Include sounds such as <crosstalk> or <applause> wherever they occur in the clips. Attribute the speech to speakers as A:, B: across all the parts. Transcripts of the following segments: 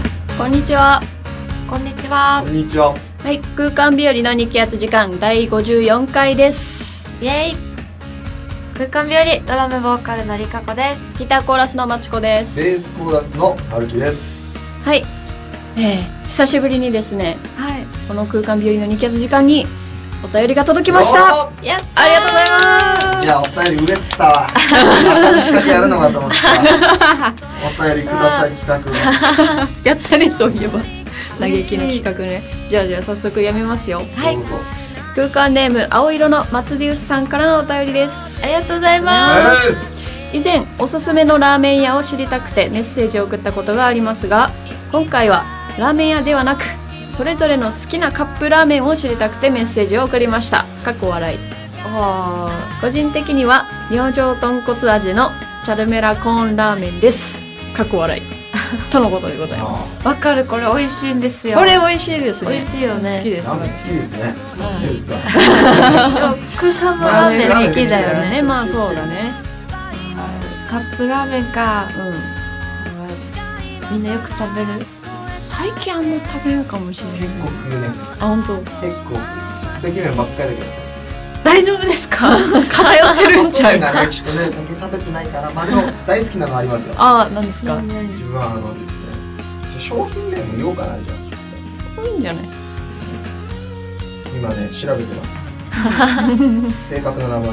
A: は。
B: こんにちは
C: こん。にちは。
A: はい、空間日和の日気圧時間第54回です。
B: イエイ。空間日和ドラムボーカルのりかこです。
A: ギターコーラスのまちこです。
C: ベースコーラスの春樹です。
A: はい、えー、久しぶりにですね、
B: はい。
A: この空間日和の日気圧時間にお便りが届きました。
C: よ
B: やっ
A: ありがとうござい
C: ー
A: ま
C: いや、お便り売れてた
A: <laughs>
C: わ。また企画やるのかと思ってた。お便りください企画。
A: す。やったね、そういえば。嘆
B: 嬉し
A: き
B: い
A: の企画ね。じゃあじゃあ早速読みますよ。
B: はい
C: どうぞ。
A: 空間ネーム青色の松デュースさんからのお便りです
B: あ。りがとうござい
C: ナ
B: ま
C: イ
B: す。
C: ス
A: 以前おすすめのラーメン屋を知りたくてメッセージを送ったことがありますが今回はラーメン屋ではなくそれぞれの好きなカップラーメンを知りたくてメッセージを送りましたかっこ笑い
B: おー
A: 個人的には明星豚骨味のチャルメラコーンラーメンですかっこ笑い <laughs> とのことでございま
C: あ
B: わかるこれ美味しいんです
A: す
B: よ。
A: これ美味しいですね
B: 美味しいよね
A: 好き
C: ー
A: です
C: ラーメン好きですね。
A: うん
C: 季節だ。
B: 空間も
A: ラ
B: ラ
A: ーメ
B: ーメ
A: ン
B: ン
A: 好
B: 好
A: き
B: き
A: だ
B: だ
A: よ
B: よ
A: ね
B: ね。
A: まあそうだね
B: カップラーメンか。
A: うん
B: みんなよく食べる。
A: 最近あんま食べるかもしれない
C: 結構食うね。
A: あ本当
C: 結構即席麺ばっかりだけどさ。
B: 大丈夫ですか？
A: 偏ってるんちゃ <laughs> う
C: 僕がねちょっとね、最近食べてないから、まあでも大好きなのあり
A: <laughs>
C: ますよ。
A: あなんですか
C: 自分はあのですね、ちょ商品名も言おうかなじゃあ。
A: いいんじゃない
C: 今ね調べて
A: <laughs>
C: ます。正確な名前を。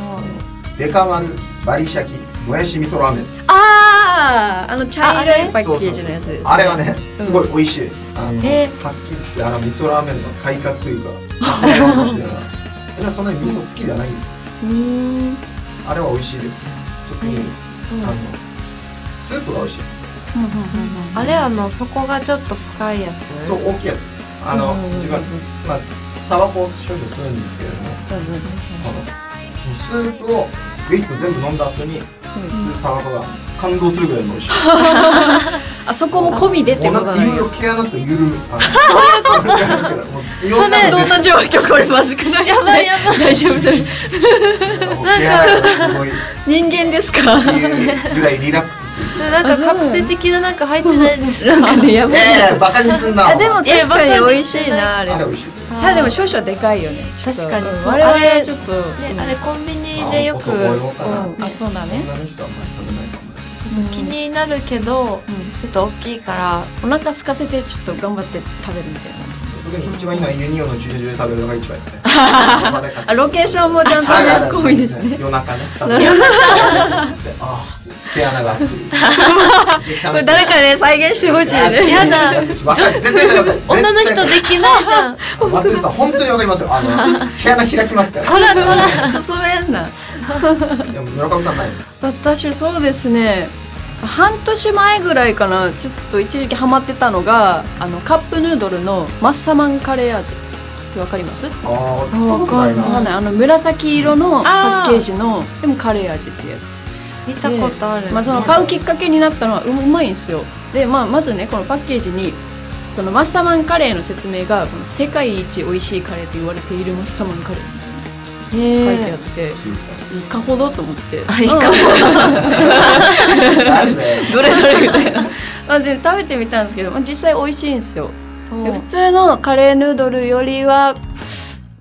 C: あのデカ丸バリシャキもやし味噌ラーメン。
A: あああの茶色
B: ああ
A: い
B: れ
A: パッケージのやつです、
C: あれはね、
A: うん
C: すごい美味しいです。あの、
B: え
C: はっきり言って、あの味噌ラーメンの改革と
A: <laughs>
C: いうか、改革としては。え、そんなに味噌好きじゃないんですよ。
A: うーん
C: あれは美味しいです。特に、
A: うん
C: あの、スープが美味しいで
B: あれあの底がちょっと深いやつ。
C: す。そう、大きいやつ。あの、自分、まあ、タバコを少々吸うんですけれども、あの、もうスープをグイッと全部飲んだ後に、吸うタバコが感動するぐらいの美味しい。
A: あそこも込みでって
C: も
A: こ
C: う
A: と
C: なんか
A: だ
C: い
A: ね
C: ろいろ毛穴と緩む。あのもういろ
A: そ
C: ん
A: <laughs>
C: なの
A: れど
C: 出
A: ん
C: て
A: な状況これまずくないやばいやばい大丈夫です
C: もう毛穴がすごい。
A: 人間ですか
C: っていうぐらいリラックスす
A: <laughs>
C: る。
B: なんか覚醒的ななんか入ってないです
A: なんかねやばいや
C: え
A: つ
C: え、バカにすんな。
A: あでも
C: あ
A: 確かに美味しいなあれ
C: れ美
A: た
C: 味しいですよ。
A: だでも少々でかいよねちょっと
B: 確かに
A: うん
B: そう
A: 我々
B: あれ
A: ちょっと
B: ね
A: うん
B: あれコンビニでよく、
C: まあ男用かな
A: うんあそうだね
C: 女の人はあんまり食べないかもね。
B: そう気になるけどちょっと大きいから
A: お腹空かせてちょっと頑張って食べるみたいな
C: 特に一番いいのはユニオンの駐車場で食べるのが一番いいですね。
A: <laughs> あロケーションもちゃん
C: サラダ
A: とね込みですね。
C: 夜中ね。食
A: な
C: べ
A: る
C: る。あー、毛穴が。こ
A: <laughs> これ誰かね再現してほしいね
B: やだ
C: 女子絶対食べない
B: 女の人できないじゃん
C: 松井さん本当にわかりますよ。あの毛穴開きますから。
B: こらこら <laughs>
A: 進めんな
C: でも村上さんないですか。
A: 私そうですね半年前ぐらいかなちょっと一時期ハマってたのがあのカップヌードルのマッサマンカレー味ってわかりますわ
C: ああ、聞いたことない
B: わ
A: かん
C: な。
A: ないあの紫色のパッケージのでもカレー味っていうや
B: 見たことある、
A: つ、まあ、その買うきっかけになったのはううまいんですよで、まあ、まずねこのパッケージにこのマッサマンカレーの説明がこの世界一美味しいカレーと言われているマッサマンカレーって書いてあって、いかほどと思って
B: あいかも
C: なんで。
A: どれどれみたいな。まあで食べてみたんですけど、まあ、実際美味しいんですよ。
B: お
A: で普通のカレーヌードルよりは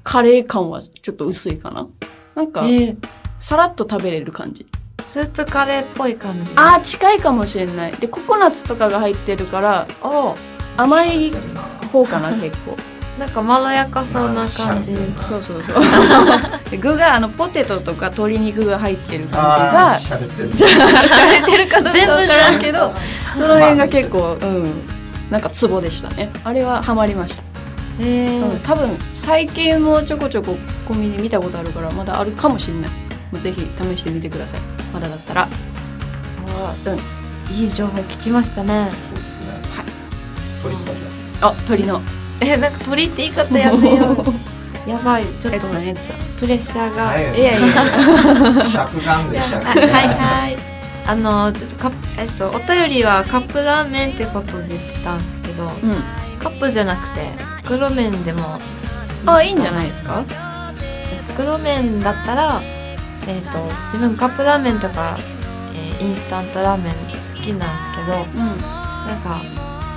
A: カレー感はちょっと薄いかな。なんか、
B: えー
A: さらっと食べれる感じ。
B: スープカレーっぽい感じ
A: ああ近いかもしれない。でココナッツとかが入ってるから
B: お
A: 甘い方か <laughs> な結構。
B: なんかまろやかそうな感じ
A: そうそうそう。 <laughs> で具があのポテトとか鶏肉が入ってる
C: あ
A: 感
C: あ、
A: じ
C: 喋ってる。
A: がしゃれてるかどうかわからんけど、その辺が結構、うんなんかツボでしたね。あれはハマりました。
B: えー
A: うん、多分最近もちょこちょこコンビニ見たことあるからまだあるかもしれないもうぜひ試してみてくださいまだだったら
B: あーいい情報聞きましたね
C: そうですね。はい。鳥スタジ
A: あ鳥の
B: えなんか鳥って言い方やめよ
A: <laughs>
B: うやばいちょっ
A: や
B: と
A: つだねやつだ
B: プレッシャー
C: オ。
B: が、
A: いやい
C: や。尺眼で
B: あ
C: 尺
B: はいはいあのカップえっとお便りはカップラーメンってことで言ってたんですけど
A: うん
B: カップじゃなくて袋麺でも
A: あいいんじゃないですか
B: え袋麺だったらえっと自分カップラーメンとか、えーインスタントラーメン好きなんですけど
A: うん
B: なんか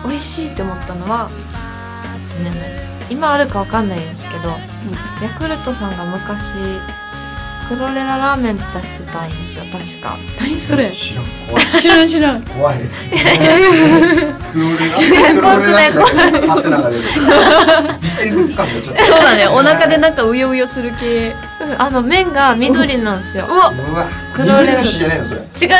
B: 美味しいって思ったのは、えっとね、今あるかわかんないんですけど、ヤクルトさんが昔黒レララーメンって出してたんですよ確か
A: 何それ
C: 知らん怖い
A: 知らん知らん
C: 怖い黒レラ黒レラってハテナが出る微生物感がちょっと
A: そうだねお腹でなんかうようよする系
B: うん <laughs> あの麺が緑なんですよ
A: うわ
C: うわ
B: 黒
C: 黒
B: レラ
C: レラじゃないのそれ
B: 違う違う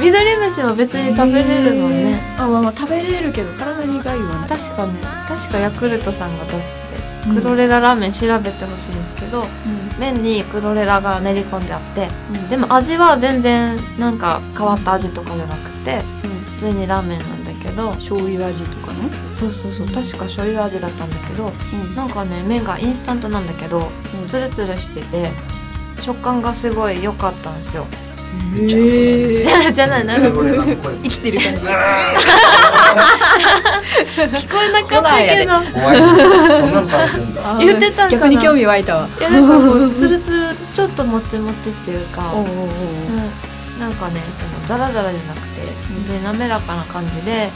B: 緑飯も別に食べれるもんね
A: あまあまあ食べれるけど体に害はない
B: 確かね確かヤクルトさんが出して
A: うん
B: 黒レララーメン調べてほしいんですけ
A: う
B: ど、
A: ん
B: 麺に黒レラが練り込んであってでも味は全然なんか変わった味とかじゃなくて
A: うん
B: 普通にラーメンなんだけど
A: 醤油味とかの
B: そうそうそう
A: うん
B: 確か醤油味だったんだけど
A: うん
B: なんかね麺がインスタントなんだけどツルツルしてて食感がすごい良かったんですよ
C: めっちゃ
A: へ
B: じ
A: ー
B: ゃじゃないなんか
C: 黒レラの声
A: 生きてる感じ
B: 聞こえなかったけど
C: 怖いそんなの食べてんだ
A: あー
B: 言ってたんかな
A: 逆に興味湧いたわ
B: いやなんかこうツルツルちょっともちもちっていうか、
A: <laughs> おうおう
B: う、
A: おうおうん
B: なんかねそのザラザラじゃなくて本当に滑らかな感じで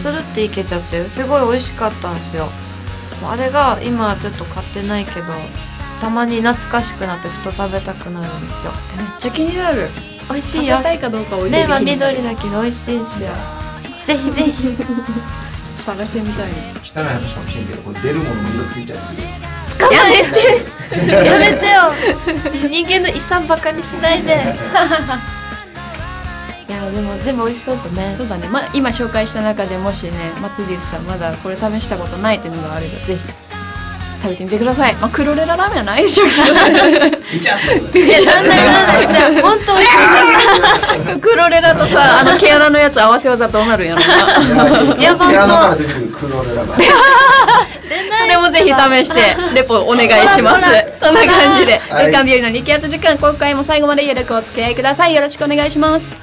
B: つるっていけちゃってすごい美味しかったんですよもうあれが今ちょっと買ってないけどたまに懐かしくなってふと食べたくなるんですよ
A: めっちゃ気になる
B: 美味しいよ
A: 食べたいかどうか置いといて
B: 麺は
A: 気に
B: 緑
A: なる
B: だけど美味しいんです
A: い
B: よ
A: や
B: ぜひぜひ
A: ちょっと探してみたい
C: 汚い話かもしれんけどこれ出るものに色ついちゃいする
B: つかないでやめてよ人間の遺産バカにしない <laughs> でいやでも全部美味しそうだね <laughs>
A: そうだね、まあ、今紹介した中でもしね松龍さんまだこれ試したことないっていうのがあればぜひ食べてみてください、まあ、黒レララーメンはないでしょう
C: 見ちゃってくださ
B: いやなんだなんだいや本当美味しい
A: けど <laughs> 黒レラとさ <laughs> あの毛穴のやつ合わせ技どうな <laughs> るんやろうな
C: い
B: やばいな
C: 毛穴から出てくる黒レラが
A: それもぜひ試してレポお願いしますそんな感じで「
C: はい
A: ウンカンビよりの日記圧時間」今回も最後までよろしくお付き合いくださいよろしくお願いします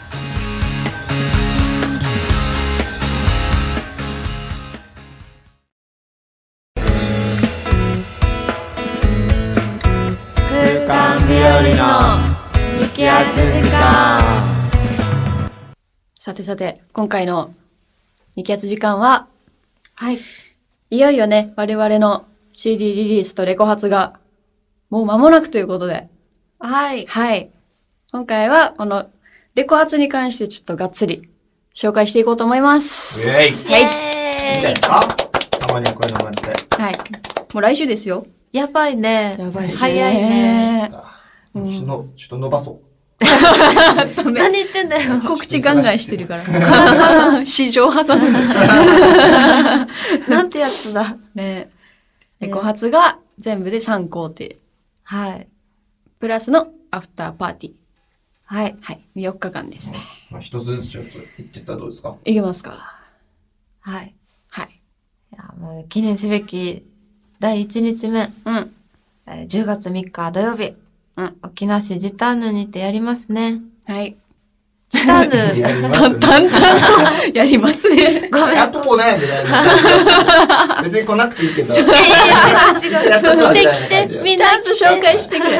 B: 空間日和の雪圧時間
A: さてさて今回の日記圧時間は
B: はい
A: いよいよね、我々の CD リリースとレコ発が、もう間もなくということで。
B: はい
A: はい。今回は、この、レコ発に関してちょっとがっつり、紹介していこうと思います。
C: イエイ
B: イ
A: は
C: み
A: い。
C: たい
B: エ
C: な
B: ー
C: さたまにはこういうのマジで
A: はい。もう来週ですよ。
B: イやばいね
A: っすね
B: 早いね。
C: のちょっと伸ばそう
B: <laughs> 何言ってんだよ <laughs>
A: 告知ガンガンしてるから。 <laughs> 市場挟む。
B: なんてやつだ
A: ね。レコ発が全部で3工程。
B: はい
A: プラスのアフターパーティー。
B: はい
A: はい。4日間ですね。
C: まあ一つずつちょっと言ってったらどうですか
A: いきますか。
B: はい
A: はい。
B: いやもう記念すべき第1日目
A: うん。
B: えー10月3日土曜日、
A: うん
B: 沖縄市ジターヌにてやりますね <laughs>
A: はい。
B: ジターヌ
C: やりま
A: 淡
C: す
A: 々
C: ね
A: とやりますね。
B: ごめん
C: やっとこうねみたいな別に来なくていいけど
B: えー違う違う
C: やっとこうみたいな
B: 来て来てみん
A: ち
B: な
A: ゃんと
B: 来て
A: 紹介してくれ。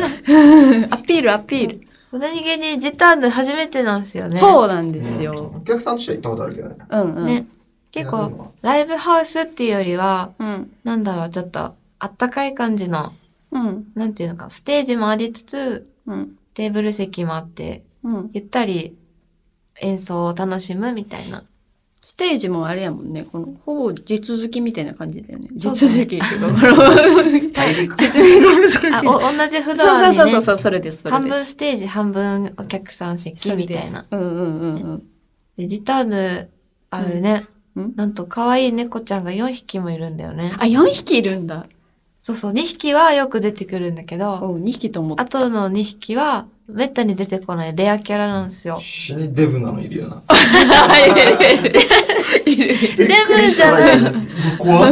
A: <laughs> アピールアピール。
B: <laughs> 何気にジターヌ初めてなんですよね
A: そうなんです
C: うん
A: よ
C: お。客さんとしては行ったことあるけどね
A: うんうん。
B: ね結構ライブハウスっていうよりは
A: うん。
B: なんだろうちょっとあったかい感じの
A: うん。
B: なんていうのかステージもありつつ
A: うん。
B: テーブル席もあって
A: うん。
B: ゆったり演奏を楽しむみたいな
A: ステージもあれやもんね。この、ほぼ地続きみたいな感じだよね。地
B: そう
A: 続
B: だね
A: きっていうか、この、
C: 大陸
A: 説明が難しい
B: あお同じフロ
A: そう
B: ア
A: そうそ
B: に、ね、
A: うそうそう、それです、それ
B: 半
A: で
B: 分
A: す。
B: ステージ半分お客さん席みたいな
A: それです。うんうんうん
B: でジターヌあるね、
A: うん。ん
B: なんと可愛い猫ちゃんが4匹もいるんだよね
A: あ、4匹いるんだ。
B: そうそう2匹はよく出てくるんだけど
A: おう、2匹と思っ
B: あ
A: た。
B: との2匹はめったに出てこないレアキャラなんですよ
C: 死にデブなのいるよな
A: いるいる <laughs> いるいる。
C: デ
B: ブじゃない
C: 怖い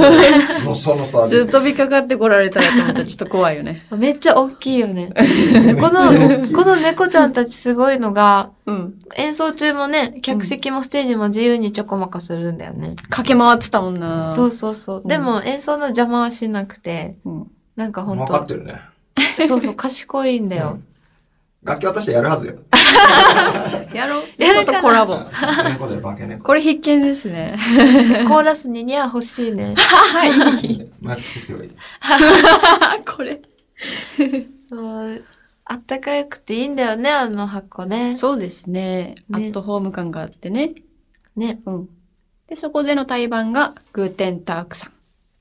C: のそのさ
A: ずっと飛びかかってこられたらと思ったらちょっと怖いよね。
B: めっちゃ大きいよね
C: めっち
B: <laughs> こ
C: ゃ大
B: の
C: きい
B: この猫ちゃんたちすごいのが
A: うん。
B: 演奏中もね客席もステージも自由にちょこまかするんだよね、
A: 駆け回ってたもんな。
B: そうそうそう、
A: うん
B: でも演奏の邪魔はしなくて
A: うん。
B: なんか本
C: 分かってるね
B: 当そうそう賢いんだよ、
C: 楽器渡してやるはずよ。
A: <laughs> <laughs> やろう。
B: やる
A: 猫
B: かな
A: とコラボ。
C: ということで、化け猫。
A: これ必見ですね。
B: コーラスにニャー欲しい <laughs> ね。
C: マークつけばいい。
A: <laughs> これ。
B: そうあったかくていいんだよね、あの箱ね。
A: そうですね。ア
B: ね
A: ットホーム感があってね。
B: ね。
A: うん。で、そこでの対バンが、グーテンタークさん。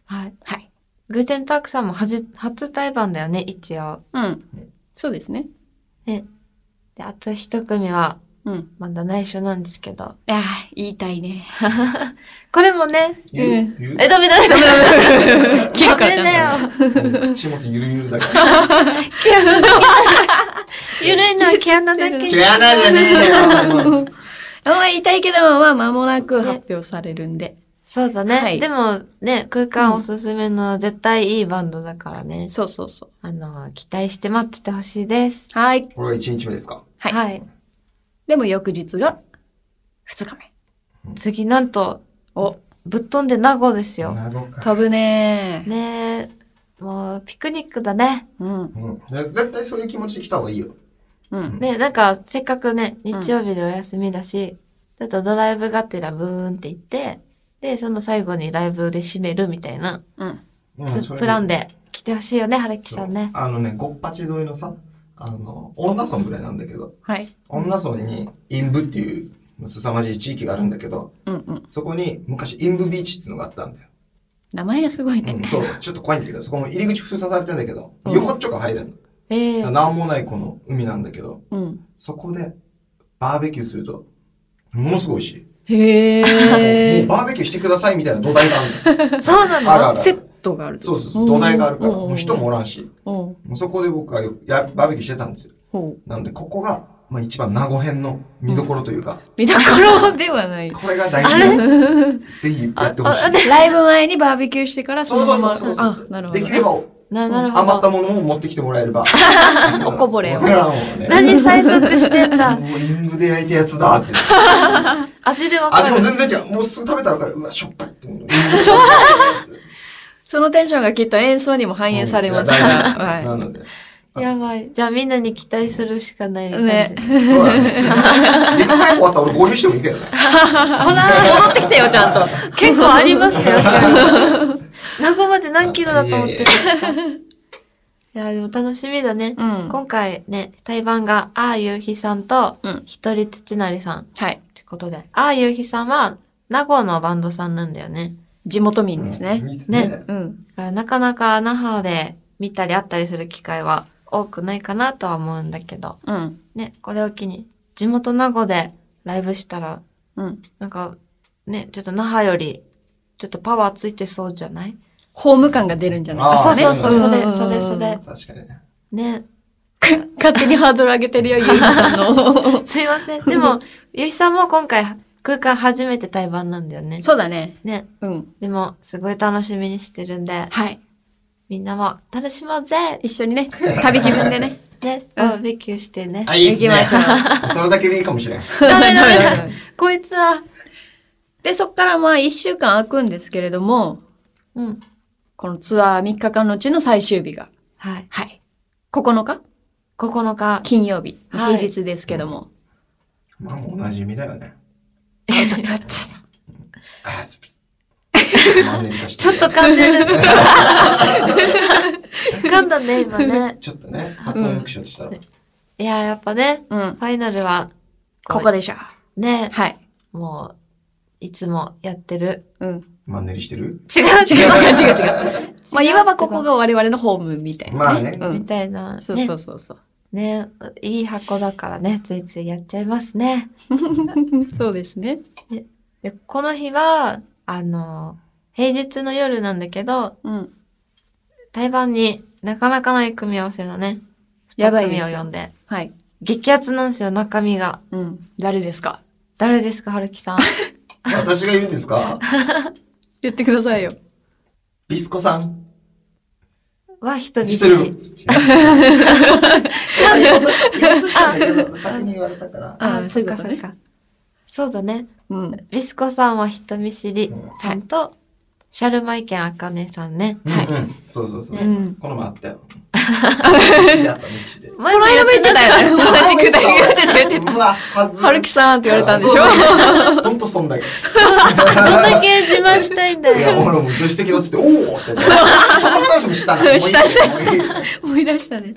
B: はい。
A: はい。
B: グーテンタークさんもはじ初対バンだよね、一応。
A: うん。そうですね。
B: で、あと一組は、
A: うん。
B: まだ内緒なんですけど。
A: いやー、言いたい <laughs> ね。
B: これもね、
C: 言
A: う
C: う、言う
B: え、ダメダメダメ
A: 切るからちゃん
B: ダメだよ。
C: うん口元ゆるゆるだから。
B: <laughs> ゆるいのは毛穴だけ。
C: 毛穴じゃねえよ。
A: と。あんま言いたいけど、まあ、間もなく発表されるんで。
B: そうだね。
A: はい
B: でもね、空間おすすめの絶対いいバンドだからね。
A: そうそうそう。
B: あの、期待して待っててほしいです。
A: はい。
C: これが1日目ですか。
A: はい
B: はい。
A: でも翌日が、二日目。
B: 次、なんと、
A: お、
B: ぶっ飛んで名護ですよ。
C: なるほどか。
A: 飛ぶねー。
B: ねえ、もう、ピクニックだね。
A: うん。
C: うん。絶対そういう気持ちで来た方がいいよ。
A: うん。
B: ねえ、なんか、せっかくね、日曜日でお休みだし、ちょっとドライブがてらブーンって行って、で、その最後にライブで締めるみたいな、
A: うん。
C: うん
B: つ
C: それ
B: プランで来てほしいよね、春樹さんね。
C: あのね、ごっぱち沿いのさ、あの、女村ぐらいなんだけど、
A: はい。
C: 女村に陰部っていう凄まじい地域があるんだけど、
A: うんうん。
C: そこに昔陰部ビーチっていうのがあったんだよ。
A: 名前がすごいうね。
C: ん、そう、ちょっと怖いんだけど、そこも入り口封鎖されてんだけど、
A: うん
C: 横っちょが入れんの。
B: ええ
C: なんもないこの海なんだけど、
A: うん。
C: そこでバーベキューすると、ものすごい美味しい。
A: へ
C: もう
A: ー。
C: バーベキューしてくださいみたいな土台があるのよ
B: そうな
C: ある <laughs> あ
B: の
C: る
A: セットがある。
C: そうそうそう、土台があるから、もう人もお
A: ら
C: らんし、
A: うん。
C: もうそこで僕はよくやバーベキューしてたんですよ。
A: ほう。
C: なので、ここが、まあ一番名護編の見どころというか、
A: 見どころで
C: <laughs>
A: はない。
C: これが大事なぜひやってほしい。
A: ライブ前にバーベキューしてから
C: そうそうそうそう
A: あ
C: そ、う。
A: なるほど、
C: できれば
B: な、なるほ
C: 余っ
B: ど。
C: たものを持ってきてもらえれば。
A: <laughs> おこぼれを
C: 僕らのもね。
B: 何催促してんだ。
C: もうイングで焼いたやつだって。
B: 味でわか
C: 味も
B: る。
C: 全然違う。もうすぐ食べたらから、うわ、しょっぱいって。
A: しょっそのテンションがきっと演奏にも反映されますから。
C: な
A: は
C: ので。ぱい
B: やばい。じゃあみんなに期待するしかない感じ。 <laughs>
A: ね
C: そうだね。リハ早く終わったら俺合流してもいいけどね。
B: ほ
A: い。
B: ら
A: 戻ってきてよ、ちゃんと。
B: <laughs> 結構あります <laughs> よ。名古まで何キロだと思ってるんですかいや、でも楽しみだね。
A: うん。
B: 今回ね、対バンが、あーゆうひさんと
A: うん、
B: ひとりつちなりさんっ
A: はい。
B: てことで、あーゆうひさんは、名護のバンドさんなんだよね。
A: 地元民です
C: う
A: ね
C: ん。いいですね。
A: うん。
B: だからなかなか那覇で見たり会ったりする機会は多くないかなとは思うんだけど、
A: うん。
B: ね、これを機に、地元名護でライブしたら、
A: うん。
B: なんか、ね、ちょっと那覇より、ちょっとパワーついてそうじゃない
A: ホーム感が出るんじゃない
C: あ
B: あ、そうそうそう、そ
A: ね
B: れ、それ、それ。
C: 確かにね。
B: ね。
A: <laughs> 勝手にハードル上げてるよ、ゆうひさんの。
B: すいません。でも、ゆひさんも今回、空間初めて対バンなんだよね。
A: <laughs> そうだね。
B: ね。
A: うん。
B: でも、すごい楽しみにしてるんで、
A: はい。
B: みんなも楽しもうぜ
A: 一緒にね、旅気分でね。
B: ね、
A: うん
B: バーベキューしてね。
C: あ、いいっすね。
A: 行きまし
C: <laughs>
A: ょ
C: それだけでいいかもしれん。
B: ダメダメダメ。こいつは、
A: <laughs> で、そっからまあ一週間空くんですけれども、
B: うん。
A: このツアー3日間のうちの最終日が、
B: はい。
A: はい。9日
B: 9日、
A: 金曜日、
B: はい
A: 平日ですけども。
C: まあ、もうおなじみだよね。あ、す万年化して
B: ちょっと噛んでる。 <laughs> 噛んだね、今ね。
C: ちょっとね、発音よくしようとしたら。
B: いや、やっぱね、
A: うん。
B: ファイナルは、
A: ここでしょ。
B: ね、
A: はい。
B: もう、いつもやってる。
A: うん。
C: マンネリしてる
B: 違う
A: 違う
B: 違う
A: 違う違う違う。 <laughs> まあ、いわばここが我々のホームみたい
C: <laughs>
A: な。
C: まあね
A: う。
B: み
A: ん。
B: たいな。
A: そうそうそうそう。
B: ね。ね、いい箱だからね、ついついやっちゃいますね。
A: そうですね。
B: で、この日は、あの、平日の夜なんだけど、
A: うん。
B: 台湾になかなかない組み合わせのね、
A: やば
B: 2
A: いです
B: 組
A: よ
B: を呼んで、
A: はい。
B: 激アツなんですよ、中身が。
A: うん。誰ですか
B: 誰ですか、春
A: <laughs>
B: 樹さん。
C: 私が言うんですか
A: 言ってくださいよ。
C: ビスコさん。
B: は人見
C: 知っ
B: 知
C: てる。
B: り。
C: 言おうとした言おうとしたんだけど、先に言われたから。
A: あ
B: あ
A: ー
B: そっか
A: そ
B: そうっ
A: いうことね
B: か。そうだね。
A: うん。
B: ビスコさんは人見知り
C: うん
B: さんと、シャルマイケンあかねさんね。
C: うんうんそうそうそう
B: う。ん。
C: この前あった
A: <laughs>
C: よ。道であった道で。
B: 前
A: この間も言ってたよね。
C: あ
A: 同じくだり言ってた言ってた。
C: うわ、はず。
A: はるきさんって言われたんでしょ
C: ょほんとそんだけ。
B: どんだけ自慢したいんだ
C: いや、
B: よ。
C: 俺もう助手席落ちて、おおって言って。その話もしたな。もういい
A: <laughs> したした思い出したね。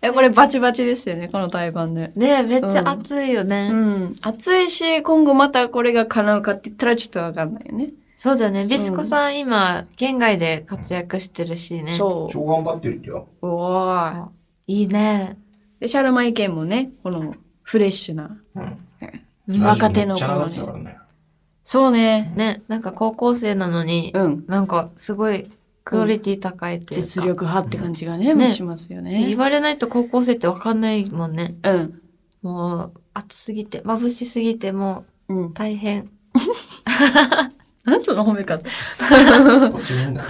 A: え、これバチバチですよね、この対バンで。
B: ねめっちゃ熱いよね。
A: うん。暑いし、今後またこれが叶うかって言ったらちょっとわかんないよね。
B: そうだよね。ビスコさん、今、県外で活躍してるしね。
A: そ
C: 超頑張ってるよ。
A: う。おーい。
B: いいね。
A: で、シャルマイケンもね、このフレッシュな。
C: うん
B: うん
A: 若手の
C: めっちゃ
A: 頃ね
C: 長くてたからね。
A: そうね。
B: ね、なんか高校生なのに、
A: うん。
B: なんかすごいクオリティ高いっていうか。
A: 実力派って感じがね、
B: ね
A: もうしますよね
B: 言。われないと高校生ってわかんないもんね。
A: うん。
B: もう、暑すぎて、眩しすぎて、も
A: うん
B: う。大変。
A: 何その褒め方。
C: こっち
A: <laughs>
C: 見んな。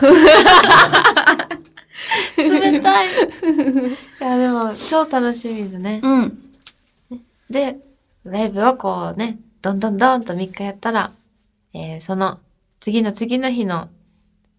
B: 冷 <laughs> たいいや、でも、超楽しみだね。
A: うん。
B: で、ライブをこうね、どんどんどんと3日やったら、えーその次の次の日の、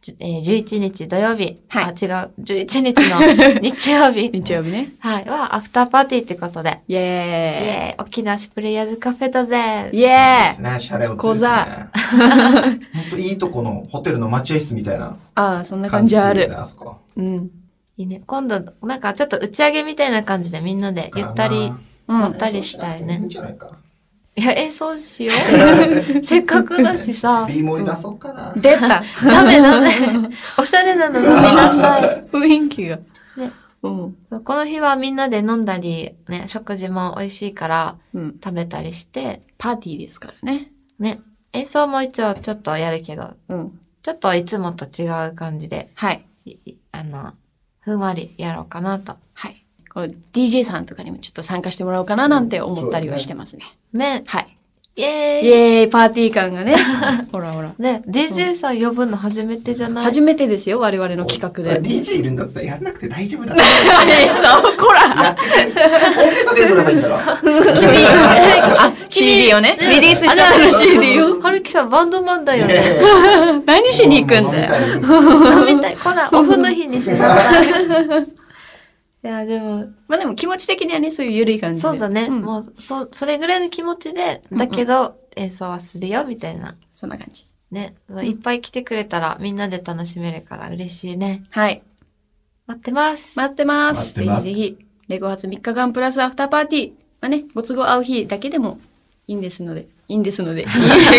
B: じえー11日土曜日、
A: はい
B: あ、違う、11日の日曜日、
A: 日曜日ね。
B: はい、はアフターパーティーってことで、
A: イ
B: え
A: エ
B: えー、沖縄市プレイヤーズカフェだぜ
A: ーイ。イエ
C: です
A: ーイ
C: ね、シャレオツです <laughs> ね。本当いいとこのホテルの待合室みたい
A: <laughs>
C: な
A: ああ、そんな
C: 感
A: 感
C: じす
A: じ
C: る
A: あ
C: よね
A: る。
C: あそこ。
A: うん。
B: いいね。今度、なんかちょっと打ち上げみたいな感じでみんなでゆったり、
A: う <laughs>
B: ま
A: ん。
B: ったりしたいね
C: いいんじゃないか。
B: いや、えー、そうし
A: <laughs>
B: よう。せっかくだしさ、
C: B 盛り出そうかな。
A: 出た
B: ダメダメ。おしゃれなの飲みなさい。
A: <laughs> 雰囲気が。
B: ね。
A: うん。
B: この日はみんなで飲んだり、ね、食事も美味しいから
A: うん。
B: 食べたりして、
A: パーティーですからね。
B: ね、演奏も一応ちょっとやるけど、
A: うん。
B: ちょっといつもと違う感じで、
A: はい。
B: いいあの、ふんわりやろうかなと。
A: はい。こう DJ さんとかにもちょっと参加してもらおうかななんて思ったりはしてますね。
B: ね、
A: <laughs> はい。
B: イエ
A: イ
B: ーイ
A: エーイ、パーティー感が <laughs> ね。ほらほら。
B: ね、DJ さん呼ぶの初めてじゃない
A: 初めてですよ、我々の企画で。 <laughs>
C: DJ いるんだったらやんなくて大丈夫だ。
A: え、そう、こら。
C: やってくれ。音楽出てればいいんだろ。
A: <laughs> あ、CD をね、リリースしたての CD を。
B: はるきさんバンドマンだよ
C: いや
B: ね。
C: いやいや
A: <laughs> 何しに行くんだよ。
C: よ。
B: <laughs> 飲みたい。こら、オフの日にしながら。 <laughs> いや、でも、
A: まあでも気持ち的にはね、そういう緩い感じで。
B: そうだね。
A: ん
B: もう、そ、それぐらいの気持ちで、
A: うん
B: だけど、演奏はするよ、みたいな。
A: そんな感じ。
B: ね。まあいっぱい来てくれたら、みんなで楽しめるから嬉しいね。
A: はい。
B: 待ってます。
A: 待ってます。
C: 待ってます
A: ぜひぜひ、レゴ発3日間プラスアフターパーティー。まあね、ご都合合う日だけでもいいんですので、いいんです
C: <laughs>
A: ので、い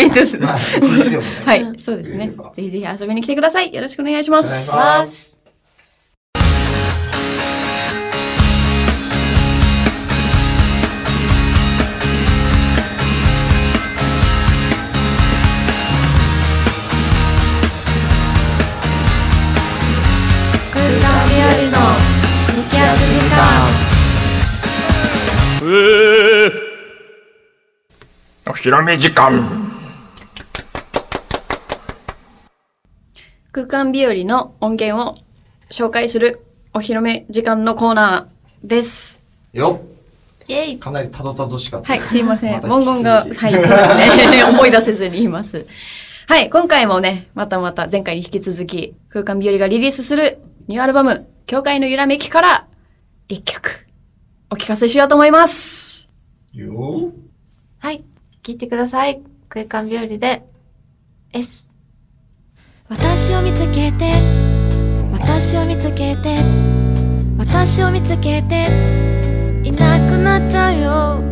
A: いんですの
C: まあ、
A: で。
C: 一日でもね。
A: は
B: う
A: い、
B: ん
A: そうです
C: い
A: ね
C: いわ。
A: ぜひぜひ遊びに来てください。よろしくお願いしま
C: お願いし
A: す。
C: ます。
B: 空間日和の、激アツ時間。
D: お披露目時間。
A: 空間日和の音源を紹介するお披露目時間のコーナーです。
C: よ
B: イェイ
C: っ、かなりたどたどしかった。
A: はい、すいません。
C: た
A: 文言が、は
C: 引
A: い、
C: き
A: そ
C: 続き
A: うですね。 <laughs> 思い出せずに言います。はい、今回もね、またまた前回に引き続き、空間日和がリリースするニューアルバム、教会の揺らめきから、一曲、お聞かせしようと思います。
C: よ
B: はい、聞いてください。空間日和で、S。
E: 私を見つけて私を見つけて私を見つけていなくなっちゃうよ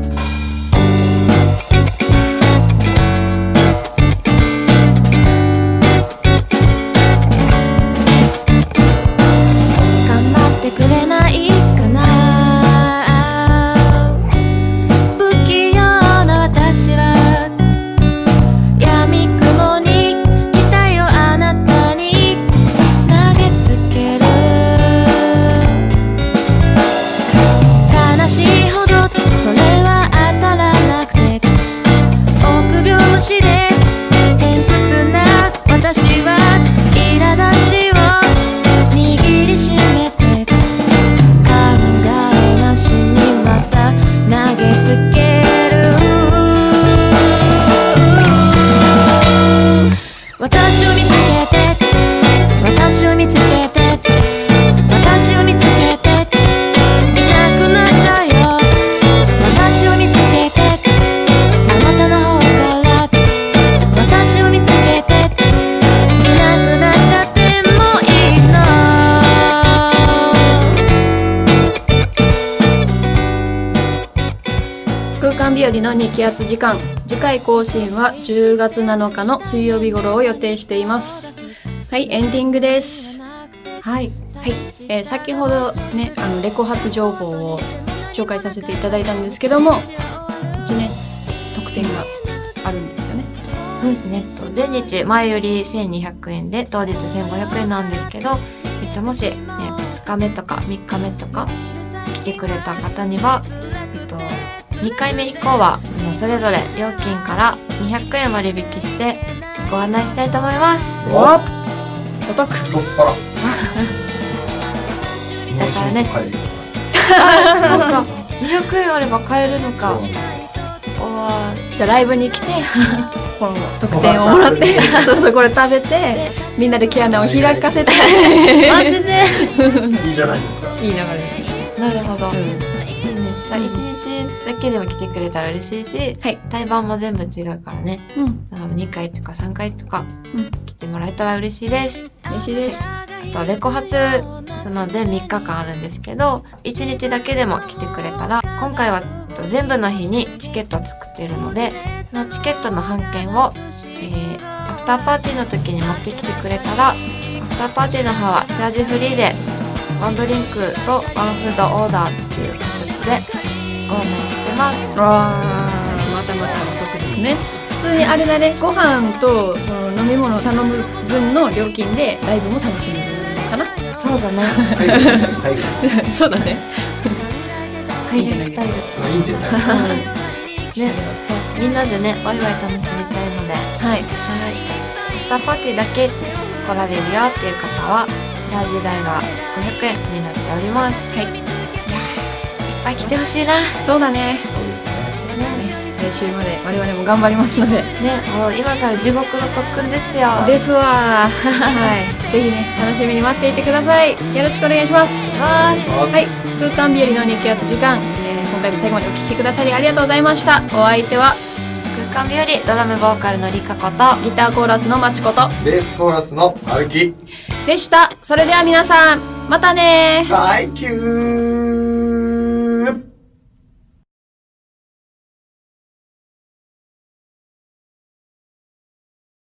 E: 頑張ってくれないかな不器用な私は闇雲に期待をあなたに投げつける悲しいほど
A: 空間日和の日気圧時間次回更新は10月7日の水曜日頃を予定していますはいエンディングです
B: はい
A: はい、えー先ほどねあのレコ発情報を紹介させていただいたんですけどもうちね特典があるんですよね
B: そうですねそう前日前より1200円で当日1500円なんですけど、えっと、もし、ね、2日目とか3日目とか来てくれた方には、えっと、2回目以降はあのそれぞれ料金から200円割引してご案内したいと思います
C: お
A: わお得
C: 太っ腹。
B: だからね
C: はい
B: そうか200円あれば買えるのかおー
A: じゃあライブに来て <laughs> この特典をもらって <laughs> そうそうこれ食べてみんなで毛穴を開かせて
B: マジで
C: いいじゃないですか。
A: いい流れですね、
B: <laughs> なるほど、
A: うん
B: いいね。だから一日だけでも来てくれたら嬉しいし、
A: はい
B: 対バンも全部違うからね。
A: <laughs> うん、
B: あの2回とか3回とか
A: うん
B: 来てもらえたら嬉しいです。
A: 嬉しいです。
B: あとレコ発その全3日間あるんですけど、1日だけでも来てくれたら、今回はえっと全部の日にチケットを作ってるので、そのチケットの半券を、えーアフターパーティーの時に持ってきてくれたら、アフターパーティーの方はチャージフリーでワンドリンクとワンフードオーダーっていう形でご案内してます。
A: あーまたまたお得ですね。普通にあれだね、ご飯とその飲み物を頼む分の料金でライブも楽しめるかな。
B: そうだね。
C: 海外海
A: <laughs> そうだね。
B: 海外スタイル。
C: 外いいんじゃない。
B: ね、そうみんなでね、ワイワイ楽しみたいの
A: は
B: で、
A: い。
B: はい。アフターパーティーだけ来られるよっていう方は、チャージ代が500円になっております。
A: はい
B: いっぱい来てほしいな。
A: そうだね。
C: そうですね。
B: ね、
A: 来週まで我々も頑張りますので。
B: ねもう今から地獄の特訓ですよ。
A: ですわー。はい。ぜひね、楽しみに待っていてください。よろしくお願いします。
B: は
A: はい、空間日和の日記圧時間、えー今回も最後までお聞きくださりありがとうございました。お相手は
B: ーい空間日和ドラムボーカルのりかこと、
A: ギターコーラスのまちこと
C: ベースコーラスの歩き。
A: でした。それでは皆さん、またねー。
C: バイキュー。